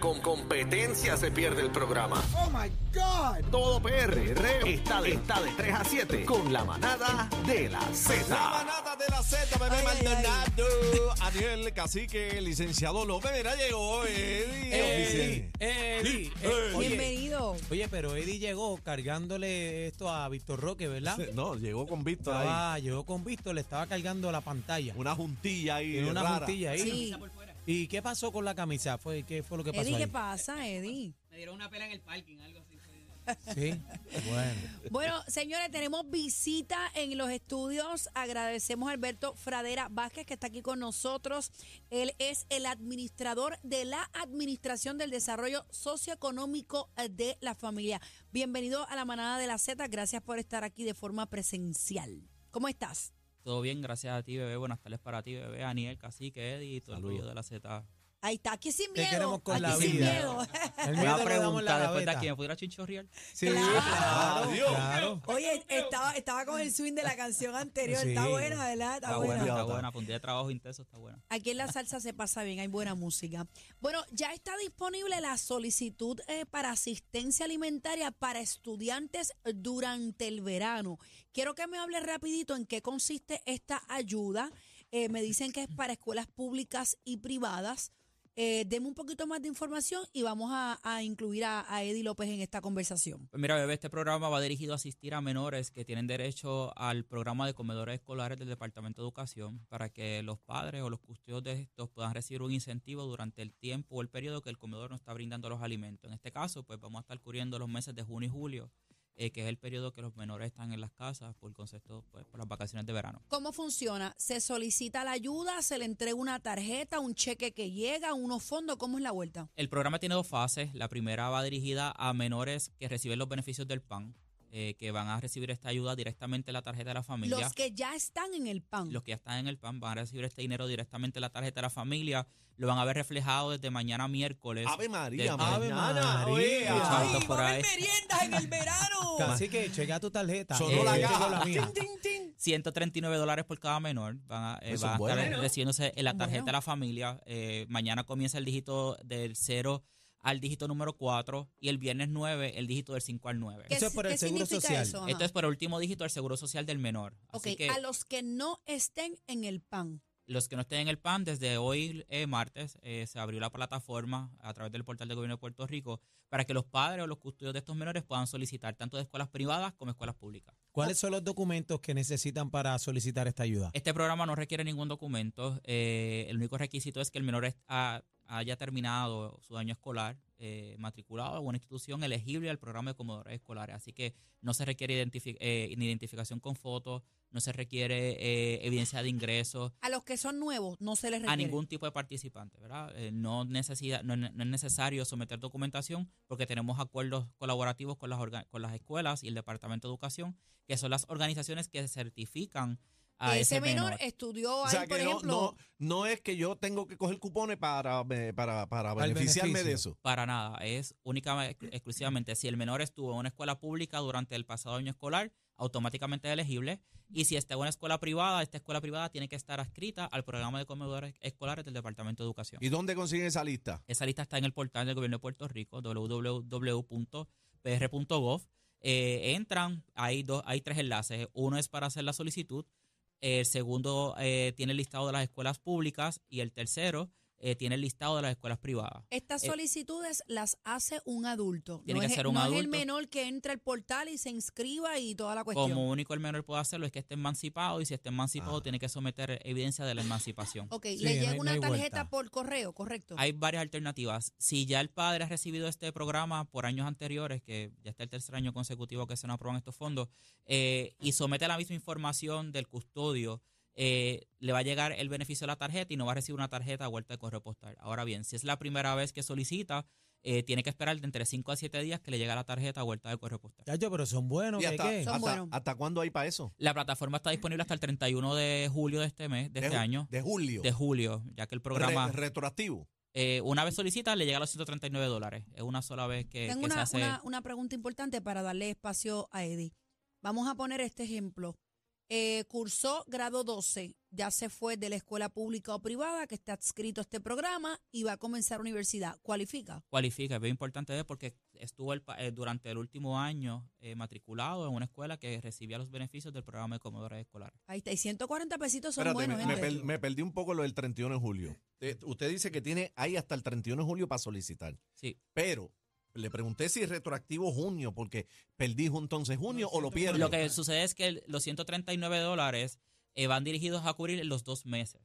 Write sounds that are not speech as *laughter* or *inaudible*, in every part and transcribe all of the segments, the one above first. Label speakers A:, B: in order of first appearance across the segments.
A: Con competencia se pierde el programa.
B: Oh my God.
A: Todo PR está de, está de 3 a 7 con la manada de la Z.
B: Manada de la Z, bebé Maldonado. Ariel, cacique, licenciado López. Mira, llegó Eddie.
C: Eddie,
B: Oficial.
C: Eddie,
B: Eddie.
C: eh, oye,
D: Bienvenido.
C: oye, pero Eddie llegó cargándole esto a Víctor Roque, ¿verdad?
B: No, llegó con Víctor ahí.
C: Estaba- llegó con Víctor, le estaba cargando la pantalla.
B: Una juntilla ahí.
C: Tiene una
B: rara.
C: juntilla ahí.
D: Sí.
C: ¿Y qué pasó con la camisa? Fue, ¿Qué fue lo que pasó
D: Eddie,
C: ahí?
D: ¿qué pasa, Eddie?
E: Me dieron una pela en el parking, algo así.
C: Sí,
B: *laughs*
C: bueno.
D: Bueno, señores, tenemos visita en los estudios. Agradecemos a Alberto Fradera Vázquez que está aquí con nosotros. Él es el administrador de la Administración del Desarrollo Socioeconómico de la Familia. Bienvenido a la manada de la Z. Gracias por estar aquí de forma presencial. ¿Cómo estás?
E: Todo bien, gracias a ti, bebé. Buenas tardes para ti, bebé. Aniel, Cacique, Eddie y todo el
B: Saludos.
E: tuyo de la Z.
D: Ahí está, aquí sin
C: ¿Qué
D: miedo.
C: queremos con
D: aquí
C: la
D: sin
C: vida?
D: miedo.
C: El
E: Me
C: miedo lo
E: va a
C: damos en la
E: preguntar después de
C: gaveta.
E: aquí, ¿me pudiera chinchorrear?
C: Sí,
D: Claro.
C: claro,
B: Adiós.
C: claro.
D: Oye, estaba, estaba con el swing de la canción anterior.
C: Sí.
D: Está buena, ¿verdad? Está,
E: Está buena,
D: buena.
E: está
B: Idiota.
E: buena. Fue un día de trabajo intenso, está buena.
D: Aquí en la salsa se pasa bien, hay buena música. Bueno, ya está disponible la solicitud eh, para asistencia alimentaria para estudiantes durante el verano. Quiero que me hables rapidito en qué consiste esta ayuda. Eh, me dicen que es para escuelas públicas y privadas. Eh, deme un poquito más de información y vamos a, a incluir a, a Eddie López en esta conversación.
E: Pues mira, bebé, este programa va dirigido a asistir a menores que tienen derecho al programa de comedores escolares del Departamento de Educación para que los padres o los custodios de estos puedan recibir un incentivo durante el tiempo o el periodo que el comedor nos está brindando los alimentos. En este caso, pues vamos a estar cubriendo los meses de junio y julio, eh, que es el periodo que los menores están en las casas por concepto, pues, por las vacaciones de verano.
D: ¿Cómo funciona? ¿Se solicita la ayuda? ¿Se le entrega una tarjeta, un cheque que llega, unos fondos? ¿Cómo es la vuelta?
E: El programa tiene dos fases. La primera va dirigida a menores que reciben los beneficios del PAN, eh, que van a recibir esta ayuda directamente en la tarjeta de la familia.
D: Los que ya están en el PAN.
E: Los que ya están en el PAN van a recibir este dinero directamente en la tarjeta de la familia. Lo van a ver reflejado desde mañana miércoles.
B: Ave María,
E: Desde-
C: Ave
B: mañana.
C: María.
B: oye.
E: Ay, Santo, por
D: va a
E: ahí.
D: haber meriendas en el
E: *laughs*
D: verano!
C: Así que chequea tu tarjeta.
B: Sonó
C: Eh,
B: la
C: yo
B: caja.
C: chequeo la mía.
E: 139 dólares por cada menor. Van a, eh,
B: Eso
E: van a
B: es
E: estar
B: bueno.
E: recibiéndose en la
D: Bueno.
E: tarjeta de la familia. Eh, mañana comienza el dígito del 0 al dígito número 4 y el viernes 9 el dígito del 5 al 9.
D: ¿Qué,
C: Eso es por
D: qué
C: el Seguro
D: significa
C: Social.
D: eso? Ajá.
E: Esto es por el último dígito del Seguro Social del menor.
D: Ok,
E: Así que
D: a los que no estén en el PAN.
E: los que no estén en el PAN, desde hoy eh, martes eh, se abrió la plataforma a través del portal del gobierno de Puerto Rico para que los padres o los custodios de estos menores puedan solicitar tanto de escuelas privadas como escuelas públicas.
C: ¿Cuáles son los documentos que necesitan para solicitar esta ayuda?
E: Este programa no requiere ningún documento. eh, el único requisito es que el menor est- ha- haya terminado su año escolar, eh, matriculado a una institución elegible al programa de comodores escolares. Así que no se requiere identifi- eh, ni identificación con fotos, no se requiere eh, evidencia de ingresos.
D: A los que son nuevos no se les
E: a
D: requiere.
E: ningún tipo de participante, ¿verdad? Eh, no, necesidad, no, es- no es necesario someter documentación porque tenemos acuerdos colaborativos con las, orga- con las escuelas y el Departamento de Educación, que son las organizaciones que certifican a
D: Que
E: ese,
D: ese menor,
E: menor.
D: estudió
B: O
D: ahí,
B: sea
D: por
B: que no,
D: ejemplo.
B: no, no es que yo tengo que coger cupones para, eh, para, para
C: Para el
B: beneficiarme de
C: beneficio.
B: eso.
E: Para nada, es única exclu- exclusivamente si el menor estuvo en una escuela pública durante el pasado año escolar, automáticamente es elegible. Y si está en una escuela privada, esta escuela privada tiene que estar adscrita al programa de comedores escolares del Departamento de Educación.
B: ¿Y dónde consiguen esa lista?
E: Esa lista está en el portal del gobierno de Puerto Rico, www.pr.gov. Eh, entran, hay, dos, hay tres enlaces. Uno es para hacer la solicitud, el segundo eh, tiene el listado de las escuelas públicas y el tercero eh, tiene el listado de las escuelas privadas.
D: Estas
E: Eh,
D: solicitudes las hace un adulto.
E: Tiene
D: no
E: que
D: es,
E: ser un
D: no es el
E: adulto.
D: menor que entra al portal y se inscriba y toda la cuestión.
E: Como único el menor puede hacerlo es que esté emancipado y si está emancipado tiene que someter evidencia de la emancipación.
D: Ok,
C: Sí,
D: le
C: no
D: llega
C: hay- no
D: una
C: hay
D: tarjeta
C: vuelta.
D: por correo, correcto.
E: Hay varias alternativas. Si ya el padre ha recibido este programa por años anteriores, que ya está el tercer año consecutivo que se nos aprueban estos fondos, eh, y somete la misma información del custodio, eh, le va a llegar el beneficio de la tarjeta y no va a recibir una tarjeta de vuelta de correo postal. Ahora bien, si es la primera vez que solicita, eh, tiene que esperar de entre 5 a 7 días que le llegue la tarjeta de vuelta de correo postal.
C: Chacho, pero son buenos.
B: ¿Y
C: ¿qué,
B: hasta,
C: qué?
D: Son
B: hasta-
D: buenos.
B: hasta cuándo hay para eso?
E: La plataforma está disponible hasta el 31 de julio de este mes, de, este
B: ju-
E: año,
B: De julio.
E: de julio, ya que el
B: Re-
E: programa...
B: retroactivo.
E: Eh, una vez solicitas, le llega a los 139 dólares. Es una sola vez que,
D: Tengo
E: eh, que se
D: una,
E: hace.
D: una- una pregunta importante para darle espacio a Eddie. Vamos a poner este ejemplo. Eh, cursó grado 12, ya se fue de la escuela pública o privada que está adscrito a este programa y va a comenzar universidad. ¿Cualifica?
E: Cualifica, es bien importante ver porque estuvo el pa- eh, durante el último año eh, matriculado en una escuela que recibía los beneficios del programa de comodores escolares.
D: Ahí está. Y 140 pesitos son
B: Espérate,
D: buenos, ¿eh?
B: me, me
D: gente.
B: per- me perdí un poco lo del 31 de julio. Eh, Usted dice que tiene ahí hasta el 31 de julio para solicitar.
E: Sí.
B: Pero le pregunté si retroactivo junio, porque perdí ju- entonces junio o lo pierdo.
E: Lo que sucede es que el- los 139 dólares eh, van dirigidos a cubrir los dos meses.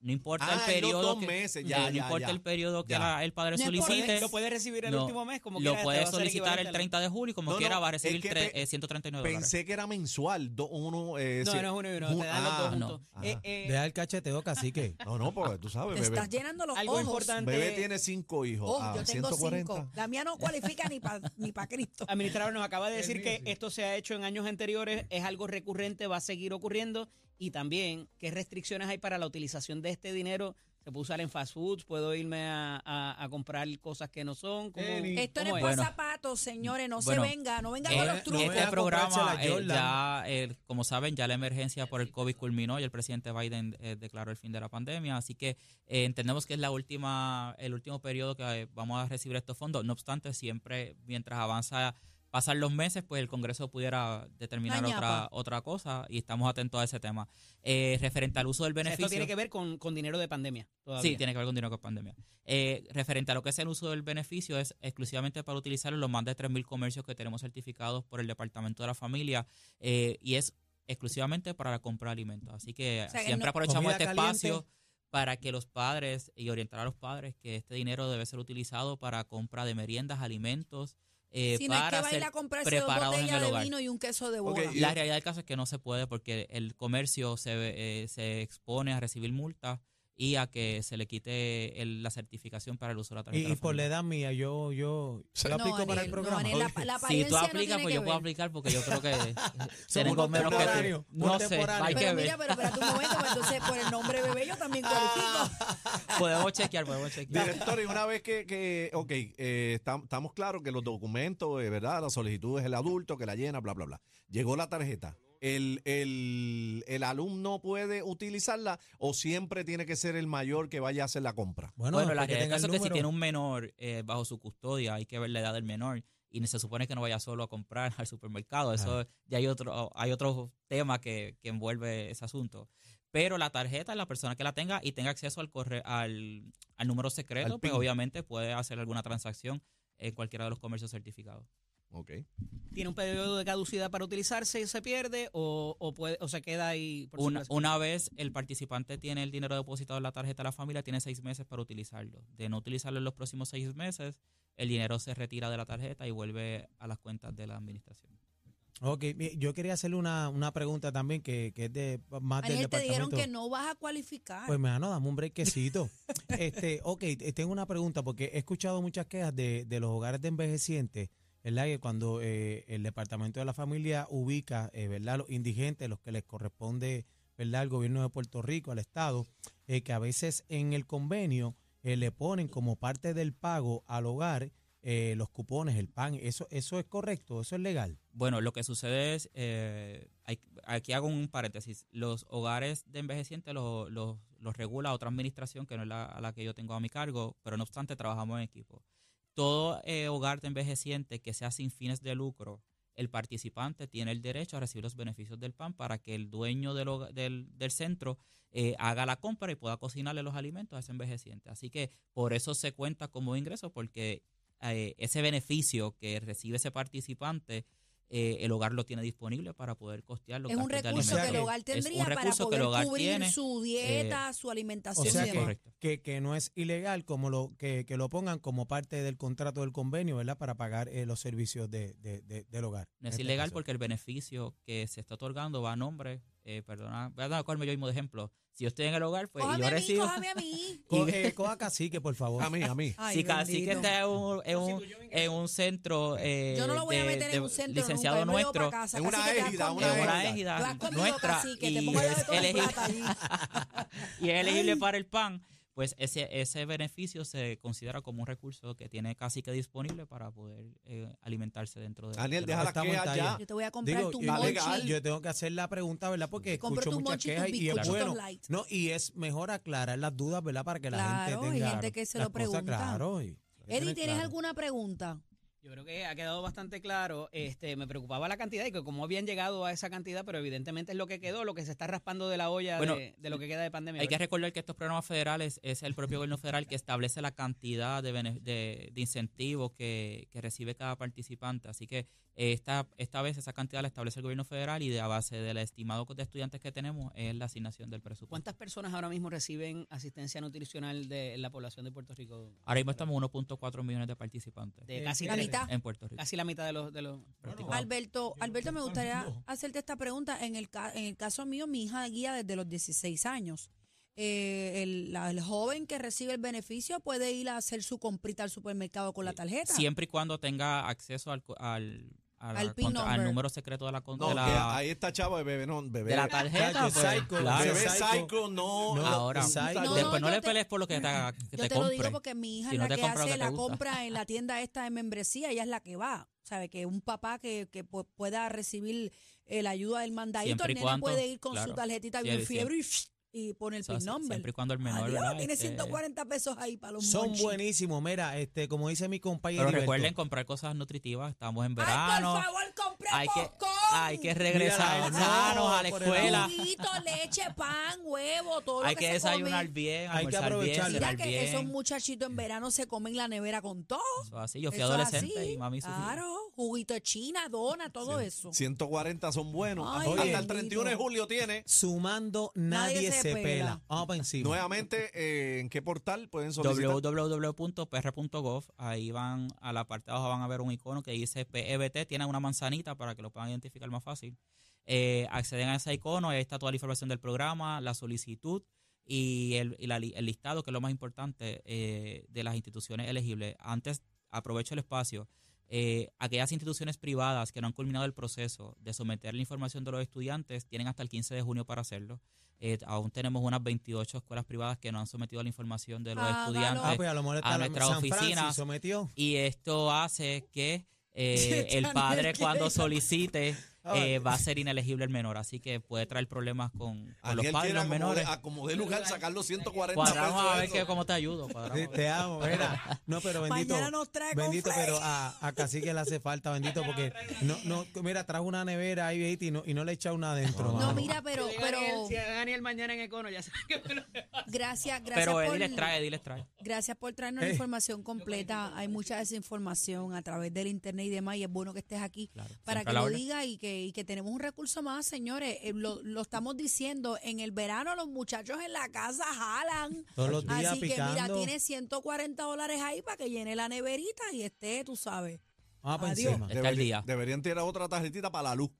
E: No importa
B: Ah,
E: el
B: en los
E: periodo.
B: dos
E: que,
B: meses, ya,
E: no
B: ya,
E: importa
B: ya.
E: el periodo que
B: Ya.
E: la- el padre
D: No importa.
E: solicite.
F: Lo puedes recibir el
E: no,
F: último mes, como
E: lo
F: quiera, te
E: puedes
F: va a ser
E: solicitar el
F: equivalente a la-
E: 30 de julio y como
B: No,
E: quiera
B: no,
E: va a
B: es
E: recibir
B: que
E: tre-
B: pe-
E: eh, 139 dólares.
B: Pensé que era mensual, do- uno... eh,
F: No,
B: si-
F: no es uno y uno,
B: Ju-
F: te dan los dos
B: ah,
E: no.
F: juntos. Eh, eh,
C: Deja el cacheteo, cacique.
B: No, no, porque tú sabes,
D: Te
B: bebé.
D: estás llenando los
F: algo
D: ojos.
F: importante.
B: Bebé tiene cinco hijos.
D: Oh,
B: Ah,
D: yo tengo
B: 140.
D: cinco. La mía no cualifica ni para ni pa Cristo.
F: Administrador
C: *laughs*
F: nos acaba de decir que esto se ha hecho en años anteriores, es algo recurrente, va a seguir ocurriendo y también qué restricciones hay para la utilización de este dinero. Se puede usar en fast foods, puedo irme a, a- a comprar cosas que no son. *laughs* ¿Cómo-
D: Esto no
F: cómo
D: es
E: Bueno.
D: para zapatos, señores. No
E: Bueno.
D: se venga. No venga
E: Eh,
D: con los
C: no
D: trucos.
C: es-
E: este
C: a comprarse
E: programa,
C: la
E: eh,
C: Jordan.
E: ya, eh, como saben, ya la emergencia por el COVID culminó y el presidente Biden eh, declaró el fin de la pandemia. Así que eh, entendemos que es la última, el último periodo que eh, vamos a recibir estos fondos. No obstante, siempre mientras avanza pasan los meses, pues el Congreso pudiera determinar
D: Una ñapa.
E: otra, otra cosa y estamos atentos a ese tema. Eh, referente al uso del
F: O sea,
E: beneficio.
F: esto tiene que ver con, con dinero de pandemia. Todavía.
E: Sí, tiene que ver con dinero con pandemia. Eh, referente a lo que es el uso del beneficio, es exclusivamente para utilizar en los más de 3.000 comercios que tenemos certificados por el Departamento de la Familia eh, y es exclusivamente para la compra de alimentos. Así que
D: sea, que
E: siempre
D: no-
E: aprovechamos
C: Comida
E: este
C: caliente.
E: espacio para que los padres y orientar a los padres que este dinero debe ser utilizado para compra de meriendas, alimentos, eh,
D: Si no es
E: para
D: que va a ir
E: ser
D: a comprarse dos
E: preparados en
D: botellas
E: el
D: de
E: hogar.
D: vino y un queso de boda.
B: Ok, y-
E: la realidad del caso es que no se puede porque el comercio se, ve- eh, se expone a recibir multas y a que se le quite el- la certificación para el uso de la tarjeta. de
C: Y,
E: la
C: y por la
E: familia.
C: edad mía, yo, yo yo
D: No,
C: aplico para el
D: Aniel, no,
C: programa.
D: Aniel, la- la
E: Si tú
D: apariencia no
E: aplicas,
D: tiene
E: pues
D: que
E: yo puedo
D: ver.
E: aplicar porque yo
C: *laughs*
E: creo que
C: Somos
E: tenemos menos que
C: contemporáneos,
E: tú. No sé, hay
C: contemporáneos.
E: que
D: Pero
E: ver.
D: mira, pero espérate un momento, pues entonces por el nombre bebé yo también
E: *laughs* Ah,
D: cualifico.
E: Podemos chequear, podemos chequear.
B: Director, y una vez que, que ok, eh, estam- estamos claros que los documentos, eh, ¿verdad? La solicitud es el adulto que la llena, bla, bla, bla. Llegó la tarjeta. El, el, el alumno puede utilizarla o siempre tiene que ser el mayor que vaya a hacer la compra.
E: Bueno, la
C: después que
E: realidad del
C: tenga el
E: caso es que si
C: número.
E: tiene un menor eh, bajo su custodia, hay que ver la edad del menor. Y se supone que no vaya solo a comprar *laughs* al supermercado. Eso ya hay otro, hay otro tema que, que envuelve ese asunto. Pero la tarjeta, la persona que la tenga y tenga acceso al corre- al, al número secreto,
B: Al
E: pues
B: PIN.
E: obviamente puede hacer alguna transacción en cualquiera de los comercios certificados.
B: Ok.
F: ¿Tiene un periodo de caducidad para utilizarse y se pierde o, o puede, o se queda ahí. por
E: Una,
F: siempre?
E: una vez el participante tiene el dinero depositado en la tarjeta de la familia, tiene seis meses para utilizarlo. De no utilizarlo en los próximos seis meses, el dinero se retira de la tarjeta y vuelve a las cuentas de la administración.
C: Ok, mi- yo quería hacerle una, una pregunta también que, que es de más del
D: Aniel, te dijeron
C: departamento.
D: que no vas a cualificar.
C: Pues me dame un brequecito. *laughs* este, ok, eh, tengo una pregunta porque he escuchado muchas quejas de, de los hogares de envejecientes, ¿verdad? Que cuando eh, el departamento de la familia ubica, eh, ¿verdad? Los indigentes, los que les corresponde, ¿verdad? Al gobierno de Puerto Rico, al Estado, eh, que a veces en el convenio eh, le ponen como parte del pago al hogar eh, los cupones, el pan. Eso, eso es correcto, eso es legal.
E: Bueno, lo que sucede es, eh, hay- aquí hago un paréntesis, los hogares de envejecientes los, los, los regula otra administración que no es la, a la que yo tengo a mi cargo, pero no obstante trabajamos en equipo. Todo eh, hogar de envejecientes que sea sin fines de lucro el participante tiene el derecho a recibir los beneficios del PAN para que el dueño del, hoga- del- del centro eh, haga la compra y pueda cocinarle los alimentos a ese envejeciente. Así que por eso se cuenta como ingreso, porque eh, ese beneficio que recibe ese participante, eh, el hogar lo tiene disponible para poder costear los
D: Es un
E: gastos de
D: recurso que el
E: alimentación.
D: hogar
E: Es un
D: tendría para
E: recurso que el
D: poder
E: hogar
D: cubrir
E: tiene, Eh,
D: su dieta, su alimentación
C: o sea
D: y
C: que-
D: demás.
E: correcto.
C: que, que no es ilegal como lo que, que lo pongan como parte del contrato del convenio, ¿verdad? Para pagar eh, los servicios de, de- de- del hogar.
E: No
C: en
E: es
C: este
E: ilegal
C: caso.
E: porque el beneficio que se está otorgando va a nombre, eh, perdona, voy a dar- cogerme yo mismo de ejemplo. Si yo estoy en el hogar, pues y
D: Cójame
E: yo
D: a mí,
E: recibo.
D: cójame a
E: *laughs*
D: mí.
C: Co- eh, coja cacique, por favor.
B: A mí, a mí.
D: Ay,
E: si Cacique
D: bendito.
E: está en un, en un, en un centro. eh,
D: Yo no lo voy a
E: de-
D: meter
E: de
D: en un centro
E: Licenciado
D: nunca, yo me
E: nuestro.
D: voy para casa,
B: En una
D: cacique, te vas
B: égida,
D: conmigo.
E: en
B: una
E: una
B: égida.
D: Te vas
E: égida
D: conmigo,
E: nuestra
D: cacique, te
E: y
D: pongo al lado de
E: es
D: todo el
E: elegible-
D: plata allí.
E: *laughs* y es elegible para el PAN, pues ese, ese beneficio se considera como un recurso que tiene casi que disponible para poder eh, alimentarse dentro de
B: Daniel,
E: de la-
B: deja la
C: Estamos en
B: queja ya.
C: talla.
D: Yo te voy a comprar
C: Digo,
D: tu
C: yo,
D: mochi.
B: legal.
C: yo tengo que hacer la pregunta, ¿verdad? Porque
D: Te compro
C: escucho
D: tu
C: muchas
D: mochi y tus
C: quejas y es
D: bizcochitos
C: bueno.
D: light.
C: No, y es mejor aclarar las dudas, ¿verdad? Para que la
D: Claro, hay
C: gente tenga
D: gente que se
C: las
D: lo
C: cosas
D: pregunta.
C: claro, y-
D: Eddie, ¿tienes
C: claro.
D: alguna pregunta?
F: Yo creo que ha quedado bastante claro. Este, me preocupaba la cantidad y que cómo habían llegado a esa cantidad, pero evidentemente es lo que quedó, lo que se está raspando de la olla
E: Bueno,
F: de, de lo que queda de pandemia.
E: Hay que
F: ¿verdad?
E: recordar que estos programas federales es el propio gobierno federal que establece la cantidad de, bene- de, de incentivos que, que recibe cada participante. Así que eh, esta, esta vez esa cantidad la establece el gobierno federal y de a base del estimado de estudiantes que tenemos es la asignación del presupuesto.
F: ¿Cuántas personas ahora mismo reciben asistencia nutricional de la población de Puerto Rico?
E: Ahora mismo estamos en 1.4 millones de participantes
F: De casi,
D: La
F: tres-
D: mitad.
E: en Puerto Rico.
F: casi la mitad de los... De los
E: prácticamente.
D: Alberto, Alberto, me gustaría hacerte esta pregunta. En el, ca- en el caso mío, mi hija guía desde los 16 años. Eh, el, la- el joven que recibe el beneficio puede ir a hacer su comprita al supermercado con la tarjeta.
E: Siempre y cuando tenga acceso al, co- al, a la
D: Al PIN
E: contra- al
D: number.
E: número secreto de la, con-
B: No,
E: de
B: que
E: la,
B: ahí está chavo de bebé, no, bebé.
E: de la
C: Cacho,
E: tarjeta. pues,
C: psycho,
E: claro.
C: bebé.
B: bebé
C: psycho.
B: psycho, no.
C: No,
E: Ahora,
C: psycho.
D: No,
E: después no
D: yo
E: le
D: te-
E: pelees por lo que te, haga- que
D: Yo te,
E: te
D: lo digo
E: compre.
D: porque mi hija
E: Si
D: es la
E: no te
D: que
E: compra lo
D: hace
E: que
D: la
E: te gusta.
D: compra en la tienda esta de membresía, ella es la que va. ¿Sabe? Que un papá que, que pu- pueda recibir eh, la ayuda del mandadito,
E: Siempre
D: el
E: y
D: nene
E: cuando,
D: puede ir con
E: claro.
D: su tarjetita
E: Sí,
D: bien
E: sí.
D: fiebre y, y pone el
E: O sea,
D: PIN number.
E: siempre y cuando el menor
D: Adiós,
E: ¿verdad?
D: tiene
E: Este,
D: 140 pesos ahí para los
C: Son
D: monchis.
C: buenísimos. Mira, este, como dice mi compañero.
E: Pero recuerden comprar cosas nutritivas. Estamos en
D: Ay,
E: verano.
D: por favor, compré
E: hay que,
D: popcorn.
E: hay que regresar
C: Mira,
E: sanos a
C: no,
E: la
C: por el
E: escuela.
D: Juguito, leche, pan, huevo, todo
E: Hay
D: lo
E: que
D: que, se
E: desayunar
D: come.
E: bien,
C: Hay que
E: almorzar bien,
C: aprovechar.
D: Mira
E: cenar
D: que
E: bien.
D: esos muchachitos en verano se comen la nevera con todo.
E: Eso así. Yo fui
D: Eso es
E: adolescente
D: así,
E: y mami sufrió.
D: Claro, juguito de China, dona, todo eso.
B: 140 son buenos.
D: Ay,
B: Hasta el
D: bendito.
B: 31 de julio tiene.
C: Sumando, nadie, se, pela. Vamos para encima.
B: Nuevamente, eh, ¿en qué portal pueden solicitar?
E: www.pr.gov. Ahí van, a la parte de abajo van a ver un icono que dice PEBT. Tiene una manzanita para que lo puedan identificar más fácil. Eh, acceden a ese icono, ahí está toda la información del programa, la solicitud y el, y la li- el listado, que es lo más importante eh, de las instituciones elegibles. Antes, aprovecho el espacio. eh, aquellas instituciones privadas que no han culminado el proceso de someter la información de los estudiantes tienen hasta el 15 de junio para hacerlo. Eh, aún tenemos unas 28 escuelas privadas que no han sometido la información de los
D: Hágalo.
E: estudiantes
C: Ah, pues ah. a lo mejor está la-
E: a nuestra
C: San
E: oficina.
C: Francis sometió.
E: y esto hace que eh,
D: Ya
E: el
D: no
E: padre
D: entiendo.
E: cuando solicite
C: Ay.
E: eh, va a ser inelegible el menor, así que puede traer problemas con, con los
B: Ariel
E: padres
B: quiere
E: y los
B: acomodar-
E: menores.
B: acomodar lugar, sacar los 140
E: Cuadramos a ver
B: pesos.
E: que, cómo te ayudo. cuadramos.
C: Sí, Te amo, mira. No,
D: *laughs*
C: pero bendito.
D: Mañana nos trae con
C: Bendito,
D: Freddy.
C: pero ah, a, a Cacique le hace falta, bendito, porque no, no, mira, trajo una nevera ahí, bendito, y no, y no le echa una adentro.
D: No,
C: mano.
D: mira, pero,
F: Si llega
D: pero
F: Daniel- si llega Daniel mañana en Econo, ya saben que me lo-
D: gracias, gracias
E: Pero
D: por
E: él les trae, él les trae.
D: Gracias por traernos la
C: Eh.
D: información completa. Hay mucha desinformación a través del internet y demás, y es bueno que estés aquí
E: Claro,
D: para
E: siempre
D: que
E: a la
D: lo
E: orden.
D: diga y que, y que tenemos un recurso más, señores. Eh, lo, lo estamos diciendo, en el verano los muchachos en la casa jalan.
C: Todos los días
D: Así que mira,
C: picando.
D: tiene 140 dólares ahí para que llene la neverita y esté, tú sabes.
C: Vamos para
D: Adiós.
C: Ah, pues, encima.
E: Está el día.
B: Deberían tirar otra tarjetita para la luz.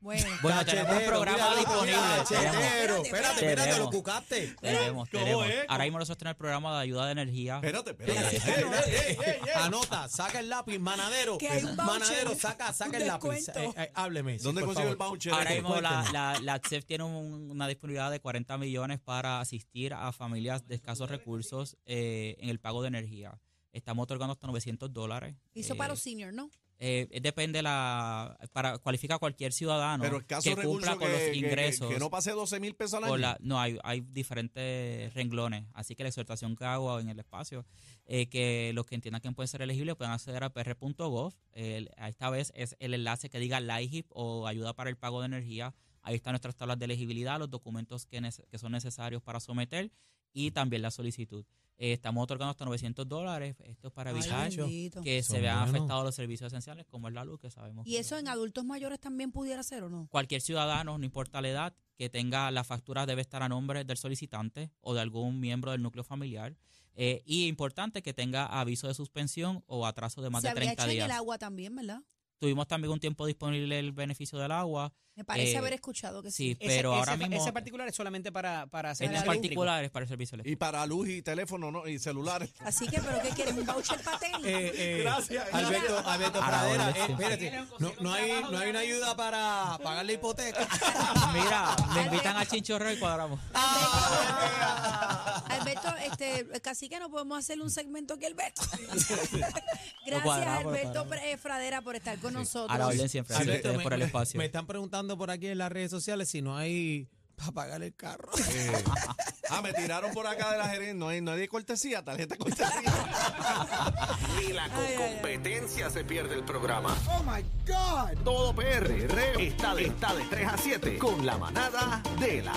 D: Bueno,
E: *laughs* Bueno, tenemos un
C: Cachetero,
E: programa
C: míralo,
E: disponible.
C: cachetero.
D: Tenemos-
C: Espérate, espérate, espérate, lo
E: Tenemos.
C: cucaste.
E: Tenemos,
B: ¿Cómo
E: tenemos.
B: es?
E: Ahora mismo nosotros tenemos el programa de ayuda de energía.
B: Espérate, espérate.
E: Eh,
C: Ey, ey, ey, ey. Anota, saca el lápiz, manadero.
D: Que hay un voucher,
C: Manadero, saca, saca el
D: un
C: lápiz.
D: descuento.
C: Eh, eh, hábleme. sí,
B: ¿Dónde
C: por
B: consigo el
C: favor.
B: voucher?
E: Ahora mismo la,
C: cuéntenos.
E: la, la CEF tiene un- una disponibilidad de 40 millones para asistir a familias de escasos recursos eh, en el pago de energía. Estamos otorgando hasta 900 dólares.
D: hizo
E: eh,
D: para los seniors, ¿no?
E: eh, eh, depende la para cualifica cualquier ciudadano
B: Pero escaso
E: que
B: recurso
E: cumpla con
B: que-
E: los
B: que- que-
E: ingresos
B: Que, no pase 12 mil pesos al año.
E: por la- no, hay, hay diferentes renglones. Así que la exhortación que hago en el espacio, eh, que los que entiendan que pueden ser elegibles puedan acceder a pr.gov. El- a esta vez es el enlace que diga LIHIP o ayuda para el pago de energía. Ahí están nuestras tablas de elegibilidad, los documentos que, nece- que son necesarios para someter y también la solicitud. Eh, estamos otorgando hasta 900 dólares. Esto es para
D: Ay,
E: evitar
D: bendito.
E: que se
C: Son
E: vean
C: buenos.
E: afectados los servicios esenciales como es la luz, que sabemos.
D: ¿Y
E: que-
D: eso en adultos mayores también pudiera ser o no?
E: cualquier ciudadano, no importa la edad, que tenga la factura debe estar a nombre del solicitante o de algún miembro del núcleo familiar. Eh, y importante que tenga aviso de suspensión o atraso de más
D: Se
E: de
D: habría
E: 30
D: hecho en el
E: días.
D: agua también, ¿verdad?
E: Tuvimos también un tiempo disponible el beneficio del agua.
D: Me parece
E: Eh,
D: haber escuchado que sí.
E: Sí,
F: Ese-
E: pero
F: ese,
E: ahora mismo
F: Ese particular es solamente para, para
E: en
F: servicios eléctricos.
E: particulares para el servicio eléctrico.
B: Y para luz y teléfono ¿no? y celulares.
D: Así que, ¿pero qué quieres? ¿Un voucher para tenis?
C: Eh, eh,
B: Gracias.
C: Alberto, Alberto
E: Ahora,
C: Pradera,
E: Alberto,
C: eh,
E: sí.
C: espérate, no, no hay, no hay una ayuda para pagar la hipoteca. *laughs*
E: Mira, me invitan a Ah, Chinchorreo y cuadramos.
D: Alberto, este, casi que no podemos hacerle un segmento que
E: *laughs*
D: Alberto. Gracias,
E: cuadramos,
D: Alberto Pre- eh, Fradera, por estar con nosotros.
E: A la orden siempre.
C: Alberto,
E: Gracias a ustedes
C: me-
E: por el
C: me-
E: espacio.
C: Me están preguntando por aquí en las redes sociales si no hay para pagar el carro.
B: Eh, ah, me tiraron por acá de la gerencia. No hay, no hay de cortesía, tarjeta cortesía.
A: Ni la
D: Ay, ay, ay.
A: competencia se pierde el programa. Oh my God. Todo PR está de, está de 3 a 7 con la manada de la